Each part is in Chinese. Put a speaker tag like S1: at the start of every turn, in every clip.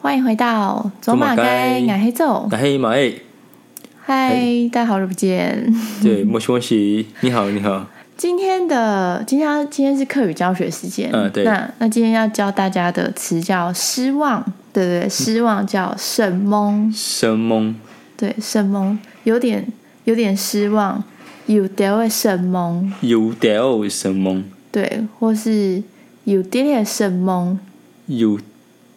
S1: 欢迎回到走马街
S2: 走马街
S1: 俺黑走，
S2: 那嘿马哎，
S1: 嗨，大家好久不见。
S2: 对，莫西莫西，你好，你好，
S1: 今天的今天要今天是课语教学时间，
S2: 嗯对
S1: 那那今天要教大家的词叫失望，对对
S2: 嗯
S1: 对，失望叫沈蒙，
S2: 神蒙，
S1: 对沈蒙，有点有点失望，有点会沈蒙，
S2: 有点哦，神蒙，
S1: 对，或是有点点沈蒙，
S2: 有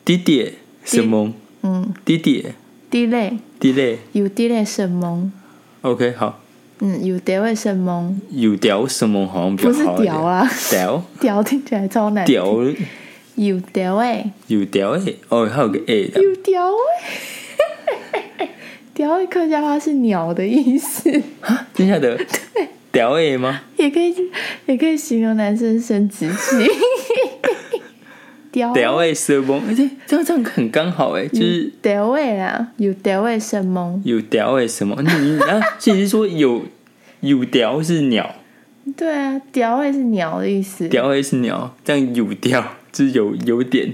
S2: 滴点神蒙，
S1: 嗯，
S2: 滴点
S1: 滴泪，
S2: 滴嘞
S1: 有点点沈蒙，
S2: ，OK，好，
S1: 嗯，有点会沈蒙，
S2: 有屌神蒙好像比较
S1: 不是啊
S2: 好一点
S1: 屌，啦，
S2: 屌
S1: 屌听起来超难听，
S2: 屌
S1: 有屌哎，
S2: 有屌哎，哦，还有个 A 的，
S1: 有屌哎，屌哎，客家话是鸟的意思，
S2: 剩 下的屌 A 吗？
S1: 也可以也可以形容男生生殖器。 屌
S2: 屌 A 神蒙，而且这样这样很刚好
S1: 嗯
S2: 哎，就是
S1: 屌哎啦，有屌哎什么？
S2: 有屌哎神蒙，你你啊，所以你是说有有屌是鸟。
S1: 对啊，屌哎是鸟的意思。
S2: 屌 A 是鸟，这样有调就是有有点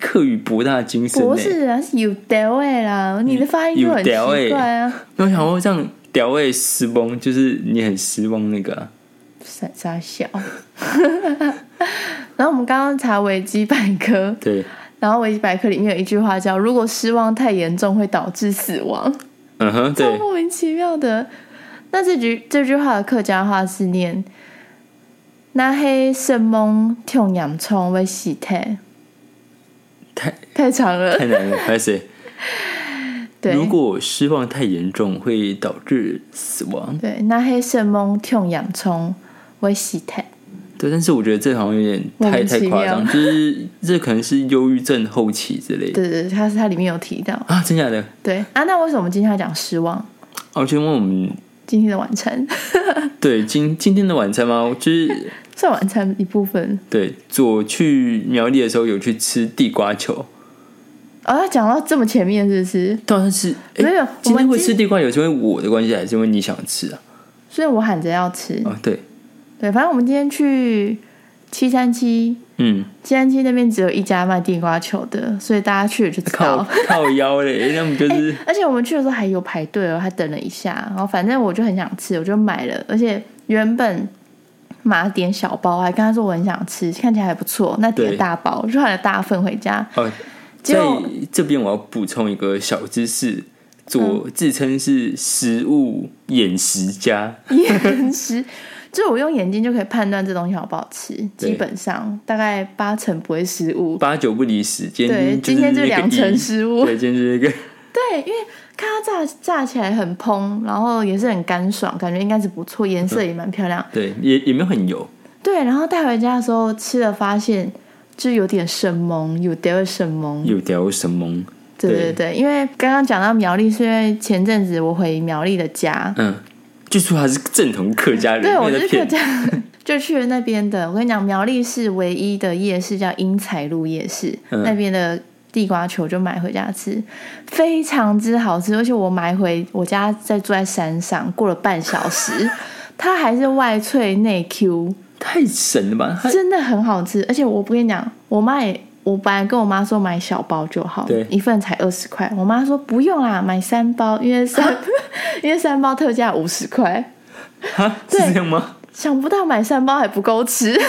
S2: 课语博大精深欸
S1: 不
S2: 呢、
S1: 是啊，是有屌哎啦，你的发音都很
S2: 有屌欸
S1: 奇怪啊。
S2: 那我想说这样屌 A 失崩，就是你很失望那个啊、
S1: 傻傻笑。 然后我们刚刚查维基百科，
S2: 对，
S1: 然后维基百科里面有一句话叫“如果失望太严重会导致死亡
S2: 嗯哼，”，
S1: 超
S2: 对，
S1: 莫名其妙的。那这句这句话的客家话是念“那黑什么痛洋葱为喜太
S2: 太”，
S1: 太长了
S2: 太。难了，而且
S1: 对，
S2: 如果失望太严重，会导致死亡。
S1: 对那黑什么痛洋葱为喜太，
S2: 对，但是我觉得这好像有点
S1: 莫
S2: 太
S1: 名
S2: 太
S1: 其
S2: 夸张，
S1: 妙
S2: 就是这可能是忧郁症后期之类的
S1: 对对对，它是它里面有提到。
S2: 啊，真假的？
S1: 对啊，那为什么我们今天要讲失望？
S2: 哦，就因为我们
S1: 今天的晚餐
S2: 对今今天的晚餐吗？就是
S1: 算晚餐一部分。
S2: 对，我去苗栗的时候有去吃地瓜球，
S1: 哦，要讲到这么前面是不是？
S2: 当然是，诶
S1: 没有
S2: 今
S1: 我
S2: 天
S1: 们
S2: 会
S1: 今
S2: 吃地瓜，有是因为我的关系，还是因为你想吃啊？
S1: 所以我喊着要吃。
S2: 啊，对，
S1: 对，反正我们今天去七三七，
S2: 嗯，
S1: 七三七那边只有一家卖地瓜球的，所以大家去了就知
S2: 靠
S1: 道。哎
S2: 靠腰嘞，那么就是
S1: 而且我们去的时候还有排队哦，还等了一下。然后反正我就很想吃，我就买了。而且原本马点小包，还跟他说我很想吃，看起来还不错，那点
S2: 对
S1: 大包，我就喊了大份回家。
S2: 哦，
S1: 结
S2: 在
S1: 果
S2: 这边我要补充一个小知识，
S1: 嗯
S2: 我自称是食物饮食家，
S1: 眼识，就我用眼睛就可以判断这东西好不好吃，
S2: 对
S1: 基本上大概八成不会失误。
S2: 八九不离十，今
S1: 对，
S2: 天
S1: 今天
S2: 就
S1: 就是
S2: 那个
S1: 两
S2: 一
S1: 成失误。
S2: 对，今天就是一个
S1: 对，因为看它炸炸起来很蓬，然后也是很干爽，感觉应该是不错，颜色也蛮漂亮。
S2: 对，也也没有很油，
S1: 对，然后带回家的时候吃了，发现就有点生蒙，有点生蒙。
S2: 有条什么？
S1: 对对对，因为刚刚讲到苗栗，是因为前阵子我回苗栗的家，
S2: 嗯，据说他是正统客家人，
S1: 对
S2: 没
S1: 我
S2: 有
S1: 是
S2: 在
S1: 客
S2: 骗你。
S1: 家人， 就去了那边的。我跟你讲，苗栗市唯一的夜市叫英才路夜市，
S2: 嗯
S1: 那边的地瓜球就买回家吃，非常之好吃。而且我买回我家，在住在山上，过了半小 时，它还是外脆内 Q，
S2: 太神了吧？他
S1: 真的很好吃。而且我不跟你讲，我妈也。我本来跟我妈说买小包就好
S2: 对，
S1: 一份才二十块。我妈说不用啦，买三包， 因为三因为三包特价五十块。
S2: 哈 是这样吗？
S1: 想不到买三包还不够吃， 就知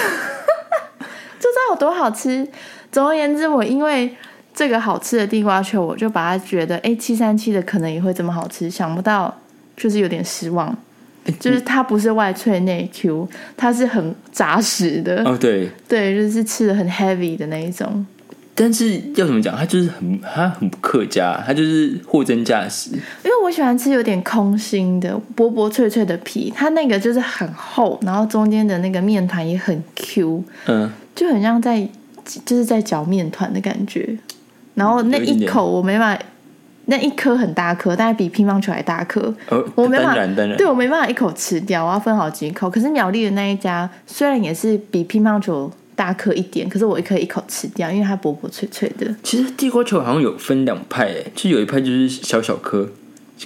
S1: 道有多好吃。总而言之，我因为这个好吃的地瓜球，我就把它觉得，哎，七三七的可能也会这么好吃。想不到，就是有点失望，就是它不是外脆内 Q，它是很扎实的，
S2: 哦，对，
S1: 对，就是吃的很 heavy 的那一种。
S2: 但是要怎么讲，他就是很他很不客家，他就是货真价实。
S1: 因为我喜欢吃有点空心的、薄薄脆脆的皮，它那个就是很厚，然后中间的那个面团也很 Q，
S2: 嗯，
S1: 就很像在就是在嚼面团的感觉。然后那
S2: 有一点
S1: 一
S2: 点
S1: 口我没办法，那一颗很大颗，大概比乒乓球还大颗，
S2: 哦，
S1: 我没
S2: 当
S1: 办
S2: 然
S1: 法，
S2: 当然，
S1: 对我没办法一口吃掉，我要分好几口。可是苗栗的那一家虽然也是比乒乓球大颗一点，可是我也可以一口吃掉，因为它薄薄脆脆的。
S2: 其实地瓜球好像有分两派，诶，就有一派就是小小颗，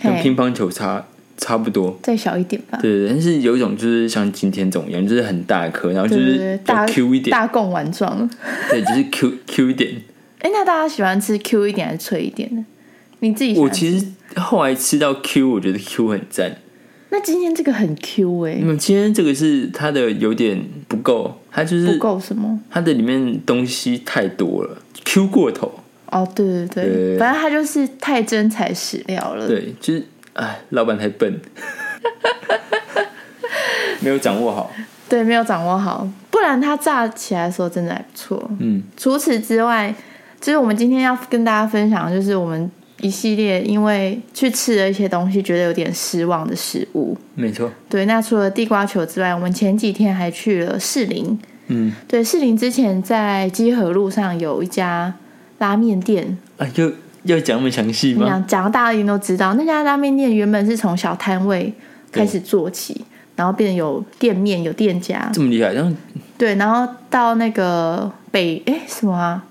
S2: 跟
S1: 嘿
S2: 乒乓球差差不多。
S1: 再小一点吧，
S2: 对，对但是有一种就是像今天这种一样，就是很大颗，然后就
S1: 对对
S2: 是
S1: 对，
S2: 比较
S1: 大
S2: Q 一点，
S1: 大贡丸状。
S2: 对，就是 Q Q 一点。
S1: 哎，那大家喜欢吃 Q 一点还是脆一点的？你自己喜
S2: 我
S1: 欢吃
S2: 其实后来吃到 Q，我觉得 Q 很赞。
S1: 那今天这个很 Q 哎、
S2: 嗯，今天这个是它的有点不够，它就
S1: 不
S2: 是
S1: 够什么？
S2: 它的里面东西太多了，Q 过头。
S1: 哦，对对对，
S2: 对
S1: 反正它就是太真材实料了。
S2: 对，就是哎，老板 太笨，没有掌握好。
S1: 对，没有掌握好，不然它炸起来的时候真的还不错。
S2: 嗯，
S1: 除此之外，就是我们今天要跟大家分享，的就是我们一系列因为去吃了一些东西，觉得有点失望的食物。
S2: 没错。
S1: 对，那除了地瓜球之外，我们前几天还去了士林。
S2: 嗯，
S1: 对，士林之前在基河路上有一家拉面店，
S2: 啊，要要讲那么详
S1: 你
S2: 细吗？
S1: 想讲到大家一定都知道，那家拉面店原本是从小摊位开始做起，然后变得有店面、有店家，
S2: 这么厉害，然后
S1: 对，然后到那个北哎什么啊，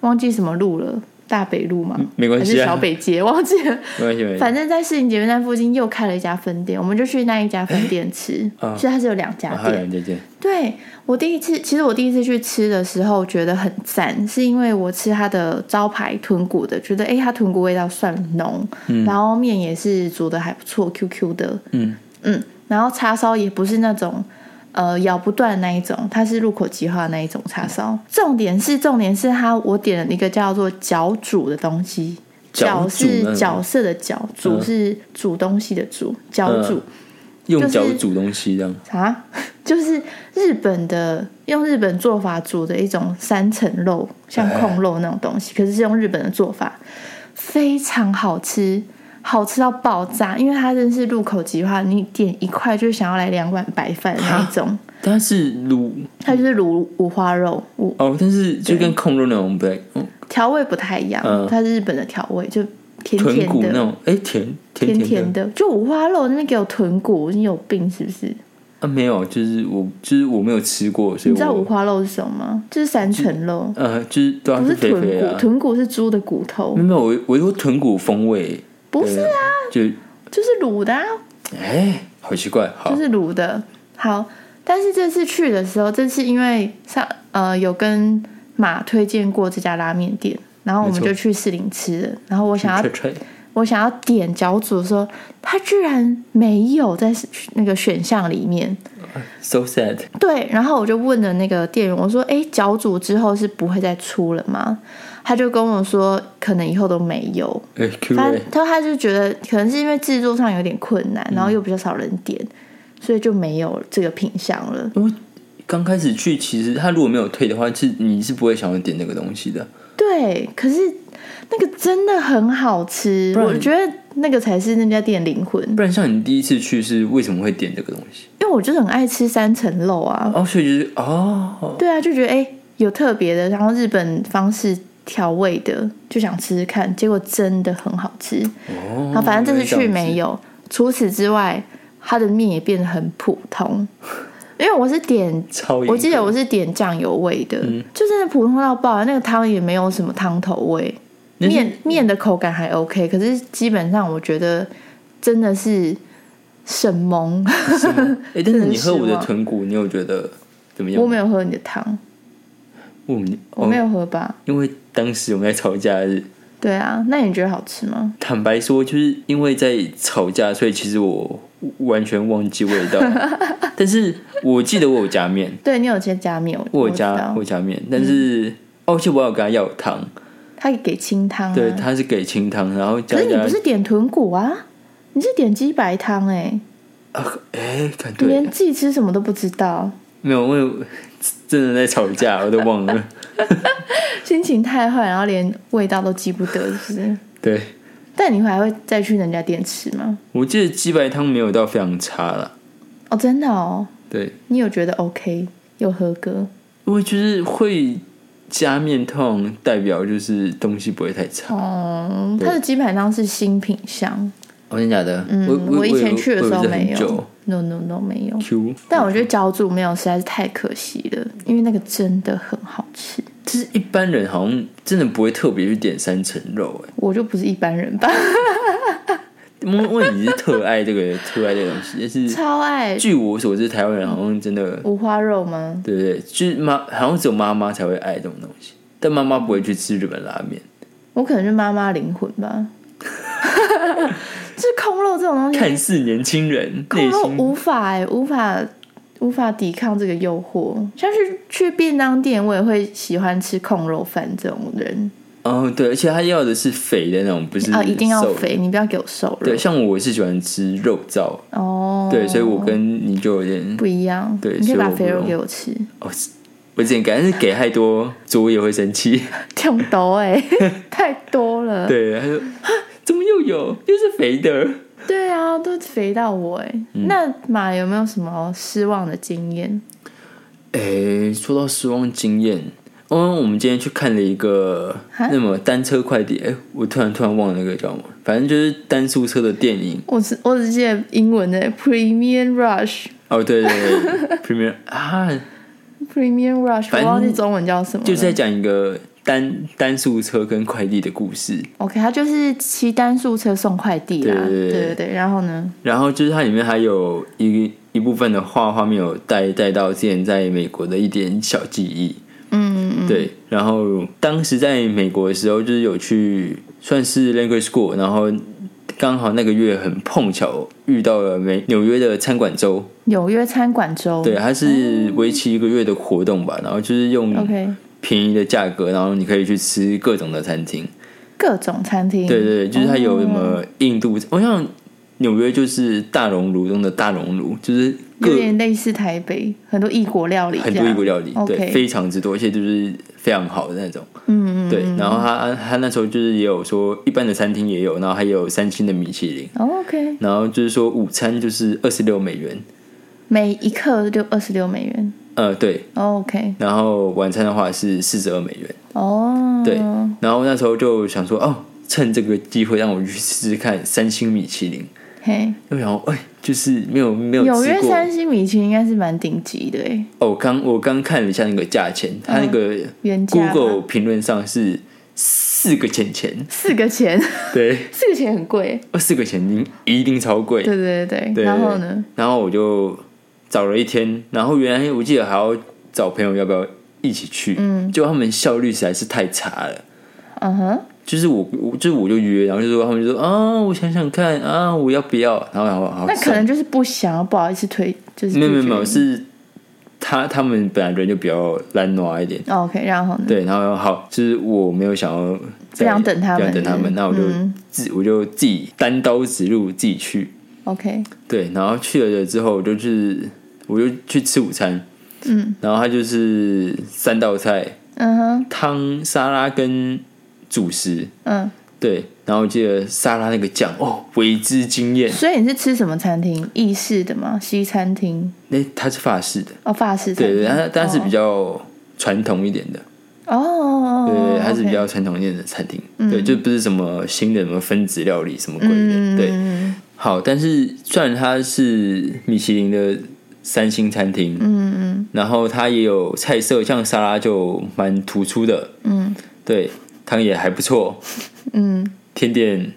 S1: 忘记什么路了，大北路吗？
S2: 没关
S1: 还
S2: 系
S1: 是
S2: 啊
S1: 小北街，忘记了。
S2: 没关系，没关
S1: 反
S2: 系。
S1: 正在市营捷运站附近又开了一家分店，我们就去那一家分店吃，
S2: 啊
S1: 所以它是有两家
S2: 啊还有
S1: 店。
S2: 人再见。
S1: 对我第一次，其实我第一次去吃的时候觉得很赞，是因为我吃它的招牌豚骨的，觉得哎、诶它豚骨味道算浓，然后面也是煮的还不错，Q Q 的，
S2: 嗯
S1: 嗯，然后叉烧也不是那种。呃，咬不断的那一种，它是入口即化的那一种叉烧。重点是，重点是它，我点了一个叫做角煮的东西，
S2: 角
S1: 角
S2: 煮
S1: 是
S2: 嗯
S1: 角色的角，煮
S2: 嗯
S1: 是煮东西的煮，角
S2: 嗯
S1: 煮。
S2: 用
S1: 就是
S2: 脚煮东西这样，
S1: 啊，就是日本的用日本做法煮的一种三层肉，像控肉那种东
S2: 哎
S1: 西，可是是用日本的做法，非常好吃，好吃到爆炸。因为它真是入口即化，你点一块就想要来两碗白饭的那一种。
S2: 它是卤
S1: 它就是卤五花肉，五
S2: 哦，但是就跟控肉那种不太，嗯
S1: 调味不太一样，
S2: 嗯
S1: 它是日本的调味，就甜
S2: 豚
S1: 甜
S2: 骨那
S1: 的。
S2: 种，哎，甜甜
S1: 甜
S2: 甜
S1: 甜的，就五花肉那边给我豚骨，你有病是不是？
S2: 啊，没有，就是我就是我没有吃过，所以
S1: 你知道五
S2: 我
S1: 花肉是什么吗？就是三层肉。
S2: 呃就是对啊，
S1: 不
S2: 就是肥
S1: 臀
S2: 肥
S1: 骨，
S2: 啊，嗯
S1: 臀骨是猪的骨头
S2: 没，有我我说豚骨风味，
S1: 不是
S2: 对啊，就
S1: 就是卤的、啊，
S2: 哎，好奇怪，好
S1: 就是卤的。好，但是这次去的时候，这次因为上呃有跟马推荐过这家拉面店，然后我们
S2: 没错
S1: 就去士林吃了。然后我想要
S2: 吹吹
S1: 我想要点饺煮的时候，它居然没有在那个选项里面。
S2: so sad，
S1: 对，然后我就问了那个店员，我说：“哎，脚煮之后是不会再出了吗？”他就跟我说：“可能以后都没有。”
S2: 哎，Q
S1: 反
S2: A
S1: 正他他就觉得可能是因为制作上有点困
S2: 嗯
S1: 难，然后又比较少人点，所以就没有这个品相了。
S2: 因为刚开始去，其实他如果没有退的话，是你是不会想要点那个东西的。
S1: 对，可是那个真的很好吃，
S2: 然
S1: 我觉得那个才是那家店的灵魂，
S2: 不然像你第一次去是为什么会点这个东西？
S1: 因为我就是很爱吃三层肉啊。
S2: 哦，所以就是哦，
S1: 对啊，就觉得哎、诶有特别的，然后日本方式调味的，就想吃吃看，结果真的很好吃。
S2: 哦，
S1: 好，反正这次去没
S2: 有，
S1: 有。除此之外，它的面也变得很普通，因为我是点
S2: 超
S1: 我记得我
S2: 是
S1: 是点酱油味的，
S2: 嗯
S1: 就真的普通到爆，那个汤也没有什么汤头味，面面的口感还 OK，可是基本上我觉得真的是沈蒙，
S2: 哎，但是你喝
S1: 真的失
S2: 我的
S1: 望
S2: 豚骨，你有觉得怎么 样？
S1: 我没有喝你的汤，
S2: 我们
S1: 我没
S2: 有，
S1: 有喝吧？
S2: 因为当时我们在吵架日，
S1: 对啊，那你觉得好吃吗？
S2: 坦白说，就是因为在吵架，所以其实我完全忘记味 道，但是我记得我有加面。
S1: 对你有些加面，
S2: 我
S1: 我
S2: 有
S1: 知
S2: 加
S1: 道嗯
S2: 我有加面，但是、哦，而且我有跟他要汤，
S1: 他给清汤、啊，
S2: 对，他是给清汤，然后
S1: 可
S2: 加
S1: 是你
S2: 加
S1: 不是点豚骨啊，你是点鸡白汤哎、
S2: 啊，哎、感
S1: 你
S2: 对，
S1: 连自己吃什么都不知道，
S2: 没有，因为真的在吵架，我都忘 了。
S1: 心情太坏，然后连味道都记不得，是不是？
S2: 对，
S1: 但你还会再去人家店吃吗？
S2: 我记得鸡白汤没有到非常差了，
S1: 哦，真的哦，
S2: 对，
S1: 你有觉得 OK 有合格？
S2: 因为就是会加面痛，代表就是东西不会太差。
S1: 哦、
S2: 对
S1: 它的鸡排汤是新品相，
S2: 哦，真的假的？
S1: 嗯，
S2: 我
S1: 以前去的时候没
S2: 有。我以为很久
S1: 有，no no no 没有。
S2: Q，
S1: 但我觉得脚煮没有实在是太可惜了，因为那个真的很好吃。
S2: 就是一般人好像真的不会特别去点三层肉，哎，
S1: 我就不是一般人吧，
S2: 因为你是特爱这个特爱这个东西，但 是
S1: 超爱
S2: 据我所知，台湾人好像真的，
S1: 五花肉吗？
S2: 对不对？就是妈，好像只有妈妈才会爱这种东西。但妈妈不会去吃日本拉面，
S1: 我可能是妈妈灵魂吧。 就是空肉这种东西，
S2: 看似年轻人内
S1: 空肉
S2: 心
S1: 无法哎、无法无法抵抗这个诱惑。像是去便当店，我也会喜欢吃控肉饭这种人
S2: 哦，对，而且他要的是肥的那种，不是
S1: 啊，一定要
S2: 瘦的。
S1: 肥，你不要给我瘦肉
S2: 对，像我是喜欢吃肉燥，
S1: 哦。
S2: 对，所以我跟你就有点
S1: 不一样，
S2: 对
S1: 你可
S2: 所
S1: 以
S2: 以
S1: 把
S2: 我
S1: 肥
S2: 不
S1: 肉
S2: 用
S1: 给我吃，
S2: 哦，是我之前给，但是给太多， 左也会生气。
S1: 挺多 哎，太多了。
S2: 对，他说啊怎么又有，又是肥的。
S1: 对啊，都肥到我哎。
S2: 嗯
S1: 那马有没有什么失望的经验？
S2: 诶，说到失望经验，哦，我们今天去看了一个
S1: 哈
S2: 那么单车快递，诶，我突然突然忘了那个叫什么，反正就是单速车的电影。
S1: 我只我只记得英文的 Premium Rush，Premium
S2: 哦，对对对，Premier 啊，
S1: Rush，我
S2: 反正
S1: 忘记中文叫什么了。
S2: 就是在讲一个单单速车跟快递的故事。
S1: OK，他就是骑单速车送快递啦，
S2: 对对对
S1: 对对对。然后呢？
S2: 然后就是它里面还有一一部分的画画面有带带到之前在美国的一点小记忆，
S1: 嗯，嗯
S2: 对。然后当时在美国的时候，就是有去算是 language school，然后刚好那个月很碰巧遇到了美纽约的餐馆周，
S1: 纽约餐馆周，
S2: 对，啊它是为期一个月的活动吧，然后就是用
S1: ，OK，
S2: 便宜的价格，然后你可以去吃各种的餐厅，
S1: 各种餐厅，
S2: 对对，对就是它有什
S1: 哦
S2: 么印度，我想纽约就是大熔炉中的大熔炉，就是各
S1: 有点类似台北，很多异国料理，
S2: 很多异国，料理，对，
S1: OK
S2: 非常之多，而且就是非常好的那种。
S1: 嗯嗯，
S2: 对，然后他他那时候就是也有说，一般的餐厅也有，然后还有三星的米其林，
S1: 哦 OK，
S2: 然后就是说午餐就是二十六美元，
S1: 每一克六二十六美元
S2: 呃，对，
S1: 哦，OK，
S2: 然后晚餐的话是四十二美元，
S1: 哦，
S2: 对，然后那时候就想说，哦，趁这个机会让我去试试看三星米其林，
S1: 嘿，
S2: 就想说，哎，就是没有没有
S1: 纽
S2: 吃
S1: 约
S2: 过，
S1: 三星米其林应该是蛮顶级的欸诶，
S2: 哦，我刚我刚看了一下那个价钱，它那个
S1: 嗯原价吗
S2: Google 评论上是四个钱钱，
S1: 四个钱，
S2: 对。
S1: 四个钱很贵，
S2: 二四个钱一定一定超贵。
S1: 对对对
S2: 对
S1: 对，然后呢？？
S2: 然后我就找了一天，然后原来我记得还要找朋友要不要一起去，嗯，就他们效率实在是太差了。
S1: 嗯哼，
S2: 就是我，我就是我就约，然后就说他们就说啊，我想想看啊，我要不要？然后然后然后
S1: 那可
S2: 算
S1: 能
S2: 了
S1: 就是不想要，不好意思推，就是
S2: 没有没有
S1: 拒绝
S2: 没有
S1: 你
S2: 是他他们本来人就比较懒惰一点，
S1: 哦 OK，然后呢？
S2: 对，然后好，就是我没有想要再
S1: 不想等他们
S2: 不想等他
S1: 是
S2: 们，
S1: 不是
S2: 那我就
S1: 嗯
S2: 自我就自己单刀直入自己去，
S1: OK，
S2: 对，然后去了之后，我就去，我就去吃午餐，
S1: 嗯
S2: 然后它就是三道菜，
S1: 嗯哼，
S2: 汤、沙拉跟主食。
S1: 嗯，
S2: 对，然后我记得沙拉那个酱哦，为之惊艳。
S1: 所以你是吃什么餐厅？意式的吗？西餐厅？
S2: 那它是法式的，
S1: 哦，法式餐
S2: 对
S1: 厅。
S2: 对，它它是
S1: 哦
S2: 比较传统一点的，
S1: 哦哦，
S2: 对对，它是比
S1: OK
S2: 较传统一点的餐厅，对，就不是什么新的什么分子料理什么鬼的，
S1: 嗯
S2: 对。好，但是虽然它是米其林的三星餐厅，
S1: 嗯嗯
S2: 然后它也有菜色，像沙拉就蛮突出的，
S1: 嗯
S2: 对，汤也还不错。
S1: 嗯，
S2: 甜点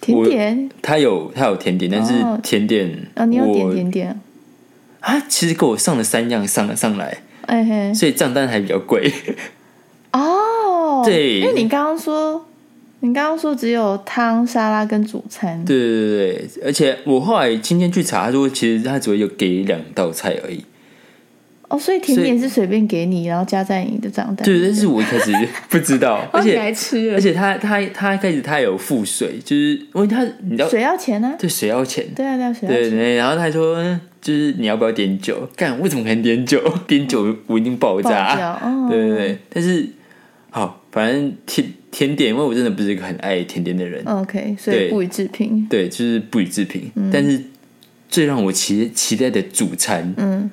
S1: 甜点
S2: 它有它有甜点，但是
S1: 哦
S2: 甜点我、
S1: 哦，你有点甜点，
S2: 啊，其实给我上了三样上上来，
S1: 哎嘿，
S2: 所以账单还比较贵。
S1: 哦，
S2: 对
S1: 因为你刚刚说，你刚刚说只有汤、沙拉跟主餐，
S2: 对对对对，而且我后来今天去查，他说其实他只会有给两道菜而已。
S1: 哦，所以甜点是随便给你，然后加在你的账单，
S2: 对，但是我一开始不 知道，
S1: 哦，
S2: 而
S1: 你
S2: 且
S1: 还吃了
S2: 而，且他他他一开始他有付水，就是因为他你知道
S1: 水要钱啊？
S2: 对水要钱，
S1: 对啊，对啊，水要
S2: 对
S1: 钱，
S2: 对，然后他还说，嗯就是你要不要点酒？干，我怎么可能点酒？ 点酒我一定爆
S1: 爆
S2: 炸。
S1: 掉，哦，
S2: 对对对，但是好，反正甜甜点，因为我真的不是一个很爱甜点的人，
S1: OK，所以
S2: 对
S1: 不予置评。
S2: 对，就是不予置评。
S1: 嗯
S2: 但是最让我期期待的主餐，
S1: 嗯，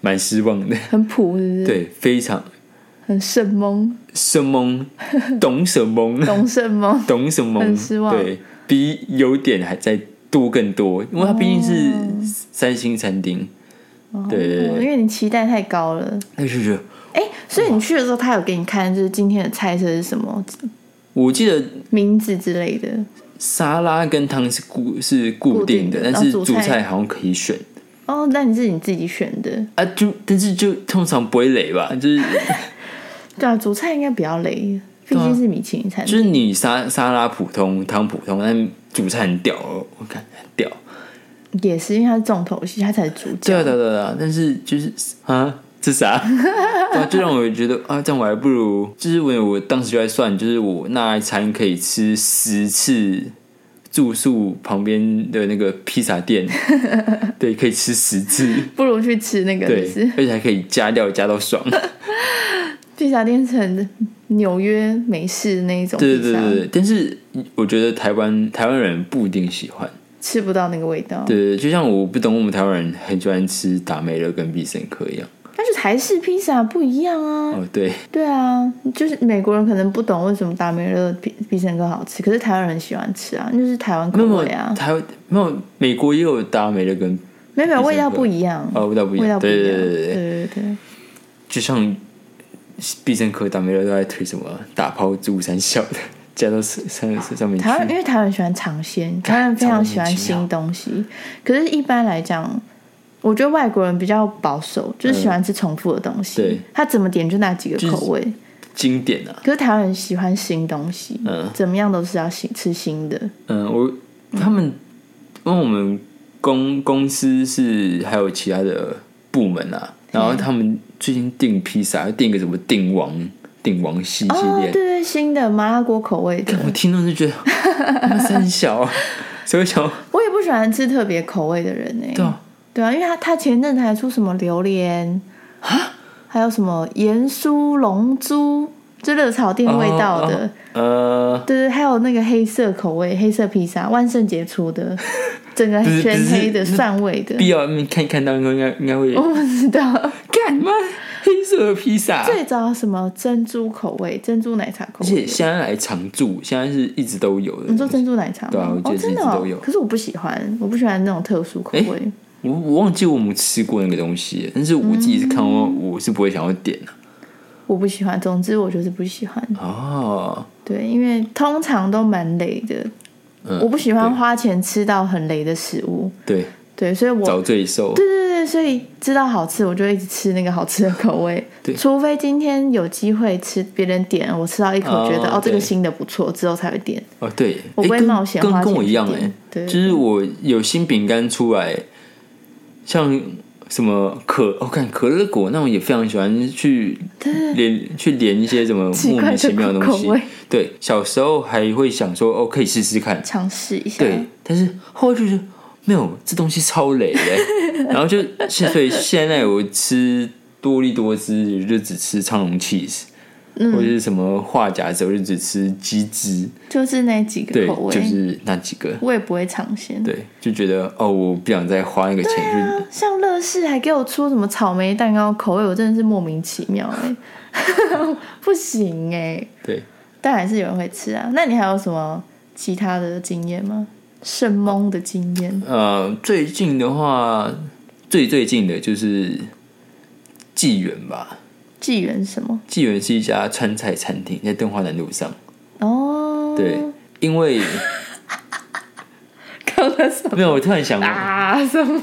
S2: 蛮失望的，
S1: 很普，是不是？，
S2: 对，非常
S1: 很圣蒙，
S2: 什么懂什么。
S1: 懂圣蒙
S2: 懂什么，
S1: 很失望
S2: 对比优点还在多更多，因为它毕竟是三星餐厅，对对
S1: 哦
S2: 对
S1: 因为你期待太高了。
S2: 那就觉得。
S1: 哎，所以你去的时候，他有给你看，就是今天的菜色是什么
S2: 我记得
S1: 名字之类的。
S2: 沙拉跟汤是固是固定的，
S1: 固定的
S2: 但是
S1: 然后
S2: 主
S1: 主菜
S2: 菜好像可以选
S1: 哦，那你是你自己选的，
S2: 啊，就但是就通常不会累吧，就是
S1: 对啊，煮菜应该比较累，毕
S2: 啊
S1: 竟是米其林餐
S2: 就
S1: 厅。
S2: 是你沙沙拉普通，汤普通，但主菜很屌哦，我看很屌。
S1: 也是因为他是重头戏，他才是主角。
S2: 对啊，对啊对啊对啊，但是就是啊，这 啥？对啊就让我觉得啊，这样我还不如，就是我我当时就在算，就是我那一餐可以吃十次住宿旁边的那个披萨 店，对，可以吃十次，
S1: 不如去吃那个，
S2: 对
S1: 就是，
S2: 而且还可以加料加到 爽。
S1: 披萨店是很纽约美式那一种
S2: 对
S1: 披
S2: 对
S1: 萨，
S2: 对对，但是我觉得台湾台湾人不一定喜欢。
S1: 吃不到那个味道。
S2: 对，就像我不懂我们台湾人很喜欢吃达美乐跟必胜客一样。
S1: 但是台式披萨不一样啊，
S2: 哦，对，
S1: 对啊，就是美国人可能不懂为什么达美乐必必胜客好吃，可是台湾人喜欢吃啊，那就是台湾
S2: 没
S1: 口
S2: 有没有
S1: 味啊，
S2: 台湾没有美国也有达美乐跟
S1: 没有没有啊
S2: 必胜客
S1: 味道不一样，
S2: 哦味道不一
S1: 味道
S2: 样，
S1: 不
S2: 对
S1: 一
S2: 对
S1: 样，
S2: 对对
S1: 对
S2: 对，
S1: 对对，
S2: 就像必胜客、达美乐都在推什么打抛猪三小的， 加到上上上面去
S1: 台。湾因为台湾人喜欢尝鲜，台湾人非常喜欢新东西，可是啊一般来讲。我觉得外国人比较保守，就是喜欢吃重复的东西。
S2: 嗯对
S1: 他怎么点就那几个口味。
S2: 经典啊，
S1: 可是台湾人喜欢新东西，
S2: 嗯
S1: 怎么样都是要新吃新的。
S2: 嗯，我他们因为我们公公司是还有其他的部门啊，然后他们最近订披萨，订一个什么定王定王系系
S1: 哦，
S2: 列
S1: 对，对，新的麻辣锅口味的，
S2: 我听到 就觉得他们三小啊，谁会想要
S1: 我也不喜欢吃特别口味的人呢、
S2: 对啊？
S1: 对啊，因为他他前阵子还出什么榴莲
S2: 啊
S1: 还有什么盐酥龙珠，就热炒店味道
S2: 哦
S1: 的，
S2: 呃，
S1: 对对，还有那个黑色口味黑色披萨，万圣节出 的，整个
S2: 不是
S1: 全黑的
S2: 不是
S1: 蒜味的，
S2: 必要看看到应该应该会
S1: 我不知 道。
S2: 干嘛黑色的披萨，而
S1: 最早什么珍珠口味、珍珠奶茶口
S2: 且
S1: 味，
S2: 现在来常驻，现在是一直都有
S1: 你说
S2: 的。
S1: 珍珠奶茶吗？
S2: 对啊我记得
S1: 哦，
S2: 是一
S1: 真
S2: 直
S1: 的、哦
S2: 都有
S1: 可是我不喜欢，我不喜欢那种特殊口
S2: 诶
S1: 味。
S2: 我我忘记我们吃过那个东西，但是我自己是看到我是不会想要点的。
S1: 我不喜欢，总之我就是不喜欢。
S2: 哦，
S1: 对，因为通常都蛮雷的，
S2: 嗯
S1: 我不喜欢花钱吃到很雷的食物。
S2: 对，
S1: 对，所以我
S2: 找罪受。
S1: 对对对，所以知道好吃，我就一直吃那个好吃的口味。
S2: 对
S1: 除非今天有机会吃别人点，我吃到一口
S2: 哦
S1: 觉得哦这个
S2: 对
S1: 新的不错，之后才会点。
S2: 哦，对，
S1: 我不会
S2: 诶跟
S1: 冒险
S2: 跟
S1: 花
S2: 跟
S1: 钱
S2: 我一
S1: 去
S2: 样
S1: 点
S2: 哎，
S1: 对
S2: 就是我有新饼干出来，像什么可，我、看可乐果那种也非常喜欢去连去连一些什么
S1: 奇
S2: 莫
S1: 怪
S2: 名
S1: 的
S2: 其妙的东
S1: 口
S2: 西
S1: 味。
S2: 对，小时候还会想说哦，可以试试看，
S1: 尝试一下，
S2: 对，但是后来就是没有这东西超累 的，然后就现所以现在我吃多利多汁就只吃苍龙 cheese，、或者
S1: 嗯
S2: 是什么画夹子，我就只吃鸡汁，
S1: 就是那几个
S2: 对，
S1: 口味，
S2: 就是那几个，
S1: 我也不会尝鲜。
S2: 对，就觉得哦，我不想再花那个钱去。
S1: 啊像乐事还给我出什么草莓蛋糕口味，我真的是莫名其妙哎、 不行哎、
S2: 对，
S1: 但还是有人会吃啊。那你还有什么其他的经验吗？圣蒙的经验，
S2: 呃，最近的话，最最近的就是纪元吧。
S1: 纪元什么？
S2: 纪元是一家川菜餐厅，在敦化南路上。
S1: 哦，
S2: 对，，因为
S1: 搞的什么
S2: 没有，我突然 想啊
S1: 啊？什么？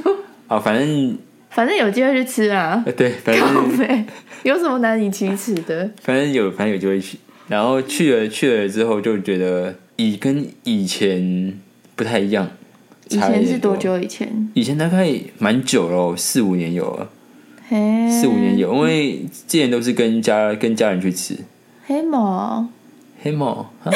S2: 反正
S1: 反正有机会去吃啊，
S2: 呃 对，反
S1: 靠
S2: 正
S1: 呗，有什么难以启齿的？
S2: 反正有，反正有就会去。然后去了去了之后，就觉得以跟以前不太一样。
S1: 以
S2: 差一
S1: 前是
S2: 点
S1: 多？久以前？
S2: 以前大概蛮久了哦，四五年有了。
S1: 嘿，
S2: 四五
S1: 嗯
S2: 年有，因为之前都是跟家跟家人去吃
S1: 黑毛
S2: 黑猫。 啊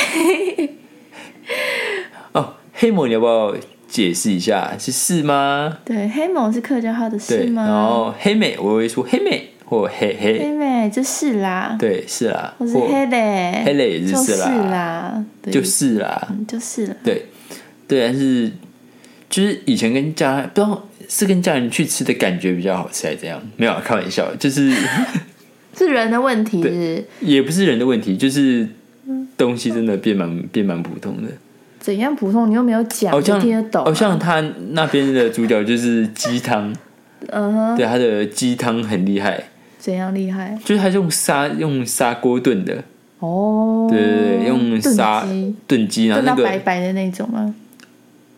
S2: 哦，黑猫，你要不要解释一下是是吗？
S1: 对，黑毛是客家话的
S2: 对，
S1: 是
S2: 然
S1: 吗？
S2: 后黑妹，我会说黑妹或黑黑，
S1: 黑妹就是啦，
S2: 对，是啦，
S1: 我是
S2: 或
S1: 黑嘞，
S2: 黑嘞也是
S1: 就是是
S2: 啦
S1: 啦，对
S2: 就是啦，
S1: 嗯就是啦，
S2: 对，对，但是就是以前跟家不知道是跟家人去吃的感觉比较好吃，还是怎样？没有啊，开玩笑，就是
S1: 是人的问题是
S2: 也不是人的问题，就是东西真的变蛮变蛮普通的。
S1: 怎样普通，你又没有讲，
S2: 哦，
S1: 就
S2: 像
S1: 听得懂啊。
S2: 哦，像他那边的主角就是鸡汤，
S1: 嗯哼，
S2: 对，他的鸡汤很厉害，
S1: 怎样厉害
S2: 就是他是用砂用砂锅炖的，
S1: 哦？
S2: 对对对，用
S1: 炖
S2: 砂
S1: 鸡，
S2: 炖鸡，然后
S1: 炖到
S2: 那
S1: 白
S2: 个
S1: 白的那种吗？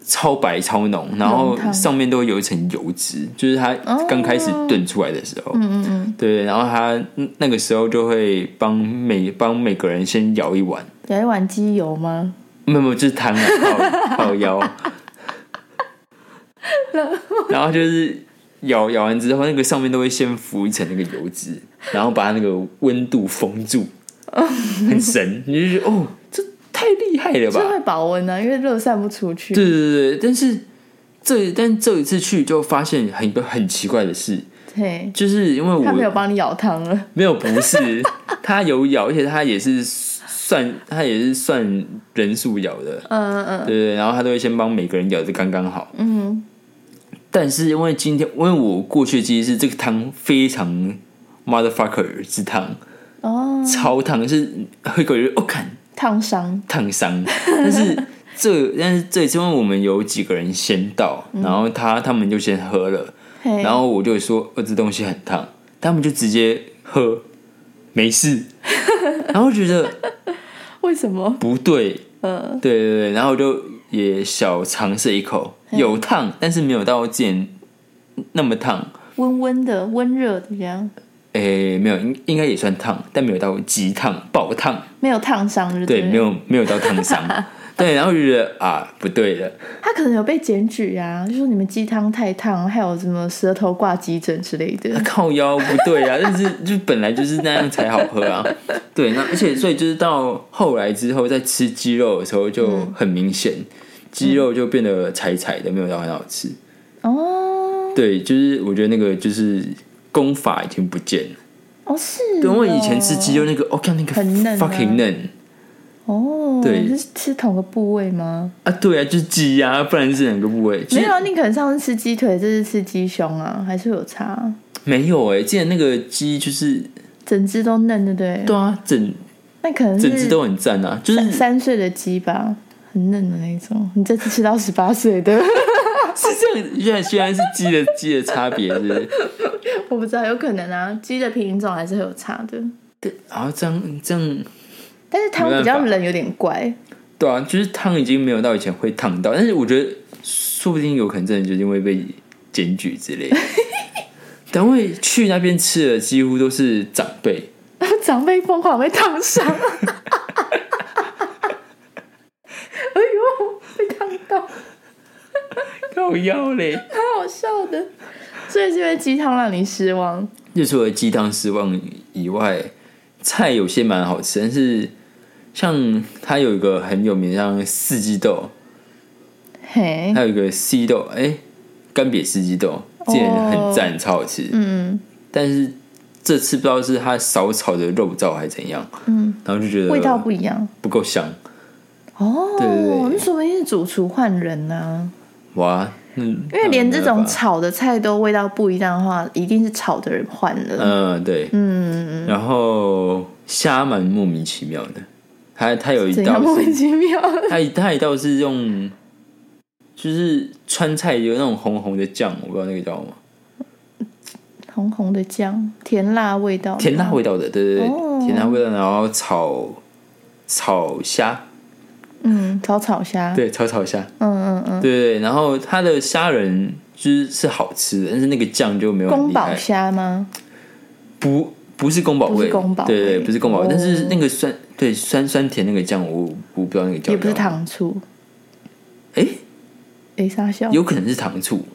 S2: 超白超浓，然后上面都会有一层油脂，就是它
S1: 哦
S2: 刚开始炖出来的时候，嗯嗯嗯，对，然后它那个时候就会帮每帮每个人先舀一碗，
S1: 有一碗鸡油吗？
S2: 没有没有，就是汤啊， 泡泡腰，然后就是咬咬完之后，那个上面都会先浮一层那个油脂，然后把那个温度封住，很神，你就觉得哦，这太厉害了吧
S1: 就？会保温啊，因为热散不出去。
S2: 对对对，对但是这但这一次去就发现很一个很奇怪的事，
S1: 对，
S2: 就是因为我
S1: 他没有帮你舀汤了。
S2: 没有不是，他有咬，而且他也是算他也是算人数咬的，
S1: 嗯嗯
S2: 对对对，然后他都会先帮每个人咬的刚刚好。
S1: 嗯，
S2: 但是因为今天，因为我过去的记忆是这个汤非常 motherfucker 之汤，
S1: 哦，
S2: 超烫，是会感觉哦，看
S1: 烫伤。
S2: 烫伤。但是这但是这一次因为我们有几个人先到，
S1: 嗯
S2: 然后他他们就先喝了，
S1: 嘿，
S2: 然后我就说哦，这东西很烫，他们就直接喝，没事。然后觉得
S1: 为什么？
S2: 不对，
S1: 呃，
S2: 对对对，然后我就也小尝试一口，有烫，但是没有到之前那么烫。
S1: 温温的、温热的这样，
S2: 诶，没有，应应该也算烫，但没有到极烫、爆烫，
S1: 没有烫伤，就
S2: 对，
S1: 了
S2: 没。有没有到烫伤，对，然后就觉得啊，不对了，
S1: 他可能有被检举啊，就说你们鸡汤太烫，还有什么舌头挂急诊之类的。
S2: 靠腰不对啊， 但是就本来就是那样才好喝啊， 对，那而且所以就是到后来之后，在吃鸡肉的时候就很明显，
S1: 嗯
S2: 鸡肉就变得柴柴的，没有到很好吃，
S1: 哦，
S2: 对，就是我觉得那个就是功法已经不见了，
S1: 哦是
S2: 对，
S1: 哦
S2: 我以前吃鸡肉那个，哦，看那个
S1: 很嫩啊
S2: fucking 嫩
S1: 哦，
S2: 对
S1: 是吃同个部位吗？
S2: 啊，对啊，就是鸡啊，不然是两个部位，就是
S1: 没有啊，你可能上次吃鸡腿，这次吃鸡胸啊，还是有差。
S2: 没有哎、之前那个鸡就是
S1: 整只都嫩，对不对？
S2: 对啊，整
S1: 那可能是
S2: 整只都很赞啊，就是
S1: 三嗯三岁的鸡吧，很嫩的那种。你这次吃到十八岁 的，
S2: 是这样，居然居然是鸡的鸡的差别是不是，
S1: 我不知道，有可能啊，鸡的品种还是会有差的。
S2: 对，然后这样这样，
S1: 但是汤比
S2: 没办
S1: 较
S2: 法
S1: 冷，有点怪。
S2: 对啊，就是汤已经没有到以前会烫到，但是我觉得说不定有可能真的就是因为被检举之类的，但因为去那边吃的几乎都是长辈，
S1: 长辈疯狂被烫 伤，哎哎呦，被烫到，
S2: 靠腰嘞，
S1: 蛮好笑的。所以是因为鸡汤让你失望，
S2: 就除了鸡汤失望以外，菜有些蛮好吃，但是像它有一个很有名的像四季豆，
S1: 嘿，
S2: 还有一个四季豆，哎、干瘪四季豆，这也很赞，超好吃。
S1: 哦嗯，
S2: 但是这次不知道是它少炒的肉燥还是怎样，
S1: 嗯，
S2: 然后就觉得
S1: 味道不一样
S2: 不够香，
S1: 哦。
S2: 对对对
S1: 那说明是主厨换人呐、
S2: 哇，嗯，
S1: 因为连这
S2: 那没
S1: 种
S2: 办法，
S1: 炒的菜都味道不一样的话，一定是炒的人换了。
S2: 嗯，对，
S1: 嗯，
S2: 然后虾蛮莫名其妙的，它它有一
S1: 怎
S2: 道
S1: 样莫
S2: 是
S1: 名其妙？
S2: 它一它一道是用，就是川菜有那种红红的酱，我不知道那个叫什么，
S1: 红红的酱，甜辣味道，
S2: 甜辣味道的，对对对，
S1: 哦
S2: 甜辣味道，然后炒炒虾，
S1: 嗯，炒炒虾，
S2: 对，炒炒虾，
S1: 嗯嗯嗯，
S2: 对对对，然后它的虾仁就是是好吃的，但是那个酱就没有很
S1: 宫
S2: 厉
S1: 保
S2: 害，
S1: 虾吗？
S2: 不不是宫保
S1: 不
S2: 味，
S1: 是宫保味
S2: 对对，对不是宫保味，
S1: 哦
S2: 但是那个酸对酸酸甜那个酱，我我不知道那个酱
S1: 也不是
S2: 叫什么，
S1: 糖醋，
S2: 哎，
S1: 诶，沙笑，
S2: 有可能是糖醋，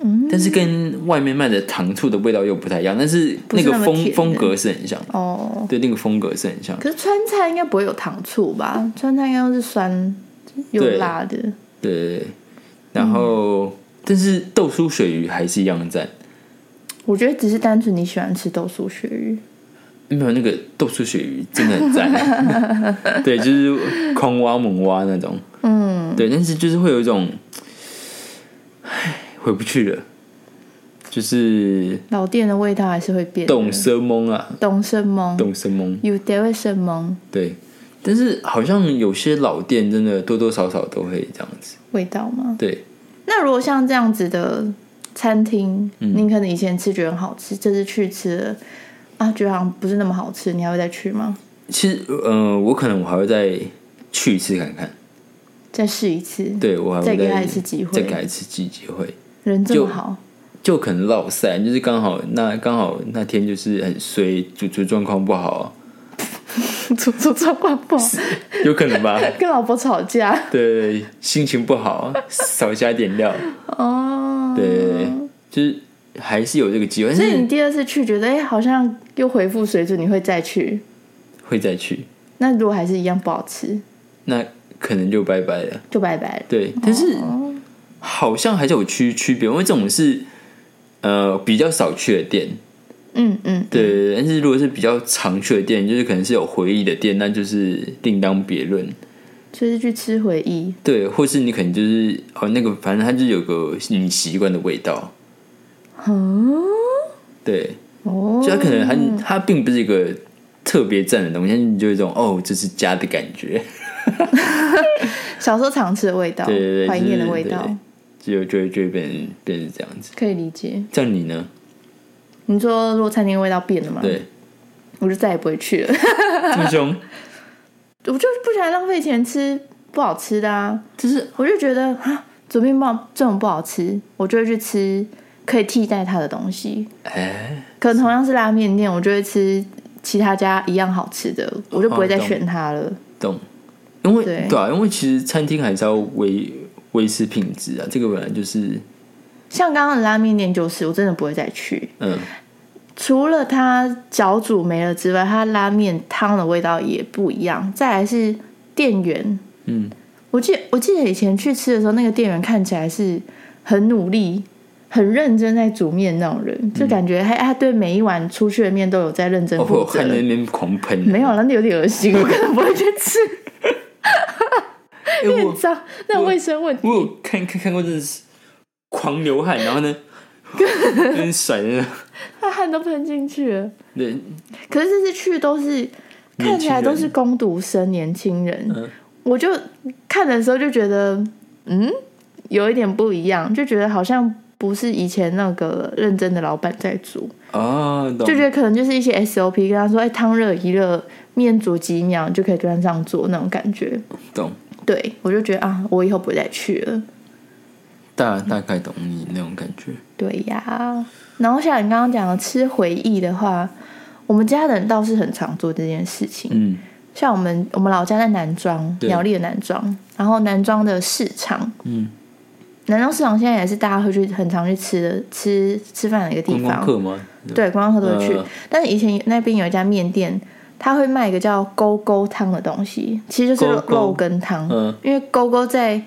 S1: 嗯，
S2: 但是跟外面卖的糖醋的味道又不太一样，但是
S1: 不是
S2: 个
S1: 那么
S2: 风
S1: 甜的
S2: 风格是很像，
S1: 哦。
S2: 对，那个风格是很像。
S1: 可是川菜应该不会有糖醋吧？川菜应该都是酸又
S2: 对
S1: 辣的。
S2: 对对对，然后、
S1: 嗯
S2: 但是豆酥鳕鱼还是一样赞，
S1: 我觉得只是单纯你喜欢吃豆酥鳕鱼，
S2: 没有那个豆酥鳕鱼真的很赞， 对，就是空挖猛挖那种，
S1: 嗯，
S2: 对，但是就是会有一种，唉，回不去了，就是
S1: 老店的味道还是会变的。
S2: 懂生蒙啊，
S1: 懂什么？
S2: 懂生蒙，
S1: 有得为什么
S2: 对，但是好像有些老店真的多多少少都会这样子，
S1: 味道吗？
S2: 对，
S1: 那如果像这样子的餐厅，
S2: 嗯
S1: 你可能以前吃觉得很好吃，这次去吃了啊，觉得好像不是那么好吃，你还会再去吗？
S2: 其实呃，我可能我还会再去一次看看。
S1: 再试一次，
S2: 对我还会
S1: 再给他一次机会
S2: 再给他一次机机会，
S1: 人这
S2: 就
S1: 么好，
S2: 就可能落赛，就是刚好那刚好那天就是很衰，组织状况 不好，
S1: 出出状况不好，
S2: 有可能吧？
S1: 跟老婆吵架
S2: 对，心情不好，少加点料，
S1: 哦。
S2: 对，就是还是有这个机会，
S1: 所
S2: 但
S1: 以
S2: 是
S1: 你第二次去，觉得哎、好像又恢复水准，你会再去。
S2: 会再去，
S1: 那如果还是一样不好吃，
S2: 那可能就拜拜了。
S1: 就拜拜了。
S2: 对，但是
S1: 哦
S2: 好像还是有区区别，因为这种是呃比较少去的店，
S1: 嗯嗯，
S2: 对，但是如果是比较常去的店，就是可能是有回忆的店，那就是另当别论。
S1: 就是去吃回忆。
S2: 对，或是你可能就是哦，那个反正它就是有个你习惯的味道，
S1: 嗯，
S2: 对，
S1: 哦
S2: 就，它可能它它并不是一个特别赞的东西，但是你就有一种哦，这是家的感觉，
S1: 小时候常吃的味道
S2: 对对，对，
S1: 怀念的
S2: 就是
S1: 味道，，
S2: 对就就就会变成变成这样子。
S1: 可以理解。
S2: 像你呢？
S1: 你说如果餐厅味道变了嘛，
S2: 对，
S1: 我就再也不会去了。
S2: 这么凶，
S1: 我就不想浪费钱吃不好吃的啊，
S2: 就是
S1: 我就觉得啊，左面包这种不好吃，我就会去吃可以替代它的东西。
S2: 哎，
S1: 可能同样是拉面店，我就会吃其他家一样好吃的，我就不会
S2: 哦
S1: 再选它了。
S2: 懂，因为
S1: 对
S2: 对啊，因为其实餐厅还是要维维持品质啊，这个本来就是
S1: 像刚刚的拉面店就是，我真的不会再去。
S2: 嗯，
S1: 除了它脚煮没了之外，它拉面汤的味道也不一样。再来是店员，
S2: 嗯，
S1: 我记我记得以前去吃的时候，那个店员看起来是很努力、很认真在煮面那种人，就感觉他他对每一碗出去的面都有在认真
S2: 嗯哦，
S1: 负
S2: 我
S1: 责
S2: 看。那边狂喷，啊
S1: 没有，那有点恶心，我可能不会去吃。
S2: 哎， 我
S1: 你知道那种卫生问题，
S2: 我有看看看过，真的是狂流汗，然 后呢，有点甩的，
S1: 他汗都喷进去了。
S2: 对，
S1: 可是这次去都是看起来都是工读生、年轻人，
S2: 嗯
S1: 我就看的时候就觉得，嗯，有一点不一样，就觉得好像不是以前那个认真的老板在煮，
S2: 哦，懂
S1: 就，觉得可能就是一些 SOP 跟他说，哎，汤热一热，面煮几秒你就可以端上桌那种感觉。
S2: 懂，
S1: 对我就觉得啊，我以后不会再去了。
S2: 大大概懂你那种感觉，
S1: 对呀，然后像你刚刚讲的吃回忆的话，我们家人倒是很常做这件事情。
S2: 嗯，
S1: 像我们我们老家在南庄，
S2: 对
S1: 苗栗的南庄，然后南庄的市场，
S2: 嗯，
S1: 南庄市场现在也是大家会去很常去吃的吃吃饭的一个地
S2: 观光
S1: 方，
S2: 客吗？
S1: 对，观光客都会去。
S2: 呃
S1: 但是以前那边有一家面店，他会卖一个叫勾勾汤的东西，其实就是
S2: 勾
S1: 肉
S2: 勾
S1: 肉羹汤，
S2: 嗯
S1: 因为勾勾在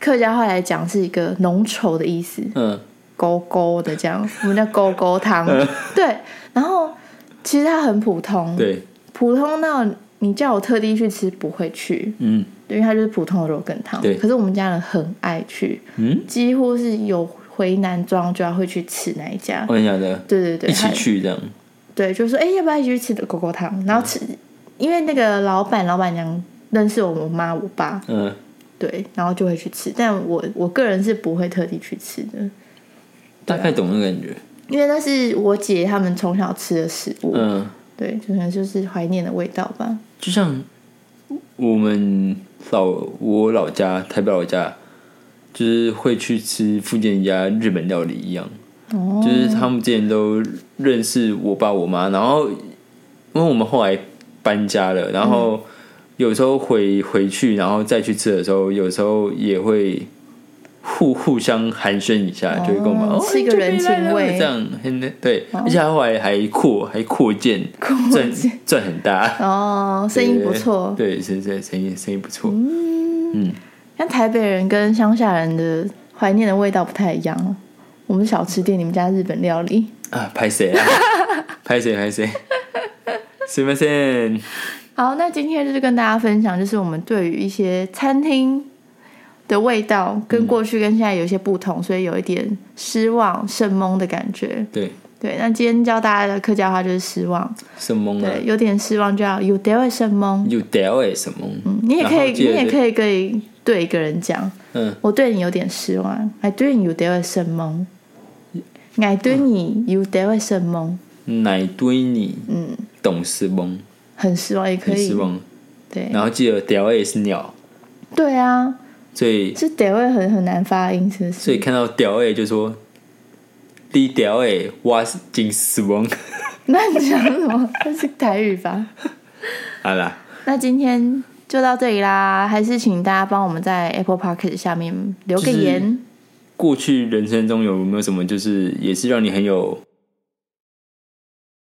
S1: 客家话来讲是一个浓稠的意思，
S2: 嗯，
S1: 勾勾的这样，我们叫勾勾汤，
S2: 呃
S1: 对。然后其实它很普通，
S2: 对，
S1: 普通到你叫我特地去吃不会去，
S2: 嗯
S1: 因为它就是普通的肉羹汤。
S2: 对
S1: 可是我们家人很爱去，
S2: 嗯，
S1: 几乎是有回南庄就要会去吃那一家。
S2: 我跟你讲的，
S1: 对对对，
S2: 哦一起
S1: 还
S2: 去这哦样，
S1: 对，就说哎、要不要一起去吃的狗狗汤？然后吃，因为那个老板老板娘认识我妈我爸，
S2: 嗯，
S1: 对，然后就会去吃。但我我个人是不会特地去吃的，
S2: 大
S1: 啊
S2: 概懂那个感觉，
S1: 因为那是我姐他们从小吃的食物。
S2: 嗯，
S1: 对，就可能就是怀念的味道吧。
S2: 就像我们老我老家台北老家，就是会去吃附近一家日本料理一样。
S1: 哦，
S2: 就是他们之前都认识我爸我妈，然后因为我们后来搬家了，然后有时候回回去，然后再去吃的时候，有时候也会互互相寒暄一下，就会跟我们
S1: 哦
S2: 哦，
S1: 是一个
S2: 哎这边
S1: 人情
S2: 来了
S1: 味哦
S2: 这样很对，而且他后来还扩还扩建，赚赚很大，
S1: 哦，生意不错。
S2: 对，对生生生意生意不错，
S1: 像台北人跟乡下人的怀念的味道不太一样哦。我们小吃店，你们家日本料理，
S2: 啊，拍谁啊？拍谁拍谁？すみません。
S1: 好，那今天就是跟大家分享，就是我们对于一些餐厅的味道跟过去跟现在有一些不同，所以有一点失望、圣懵的感觉。
S2: 对，
S1: 对，那今天教大家的客家话就是失望，
S2: 什么呢？
S1: 对，有点失望就要有点会圣懵。
S2: 有 del 诶什么？
S1: 嗯你也可以，
S2: 然后
S1: 你
S2: 接着
S1: 也可以跟一对一个人讲，
S2: 嗯，
S1: 我对你有点失望，还对你有点失望，我对你有点失
S2: 嗯
S1: 望，
S2: 奶堆你，嗯，懂失望，
S1: 很失望也可
S2: 很
S1: 以，
S2: 失望。
S1: 对
S2: 然后记得 del 诶是鸟，
S1: 对啊，
S2: 所以
S1: 是得会很很难发音，是不
S2: 所以
S1: 是？
S2: 看到屌 A 就说，你屌 A 我真失望。
S1: 那你讲什么？那是台语吧？
S2: 好啦，
S1: 那今天就到这里啦，还是请大家帮我们在 Apple p o c k e t 下面留个
S2: 就是
S1: 言。
S2: 过去人生中有没有什么就是也是让你很有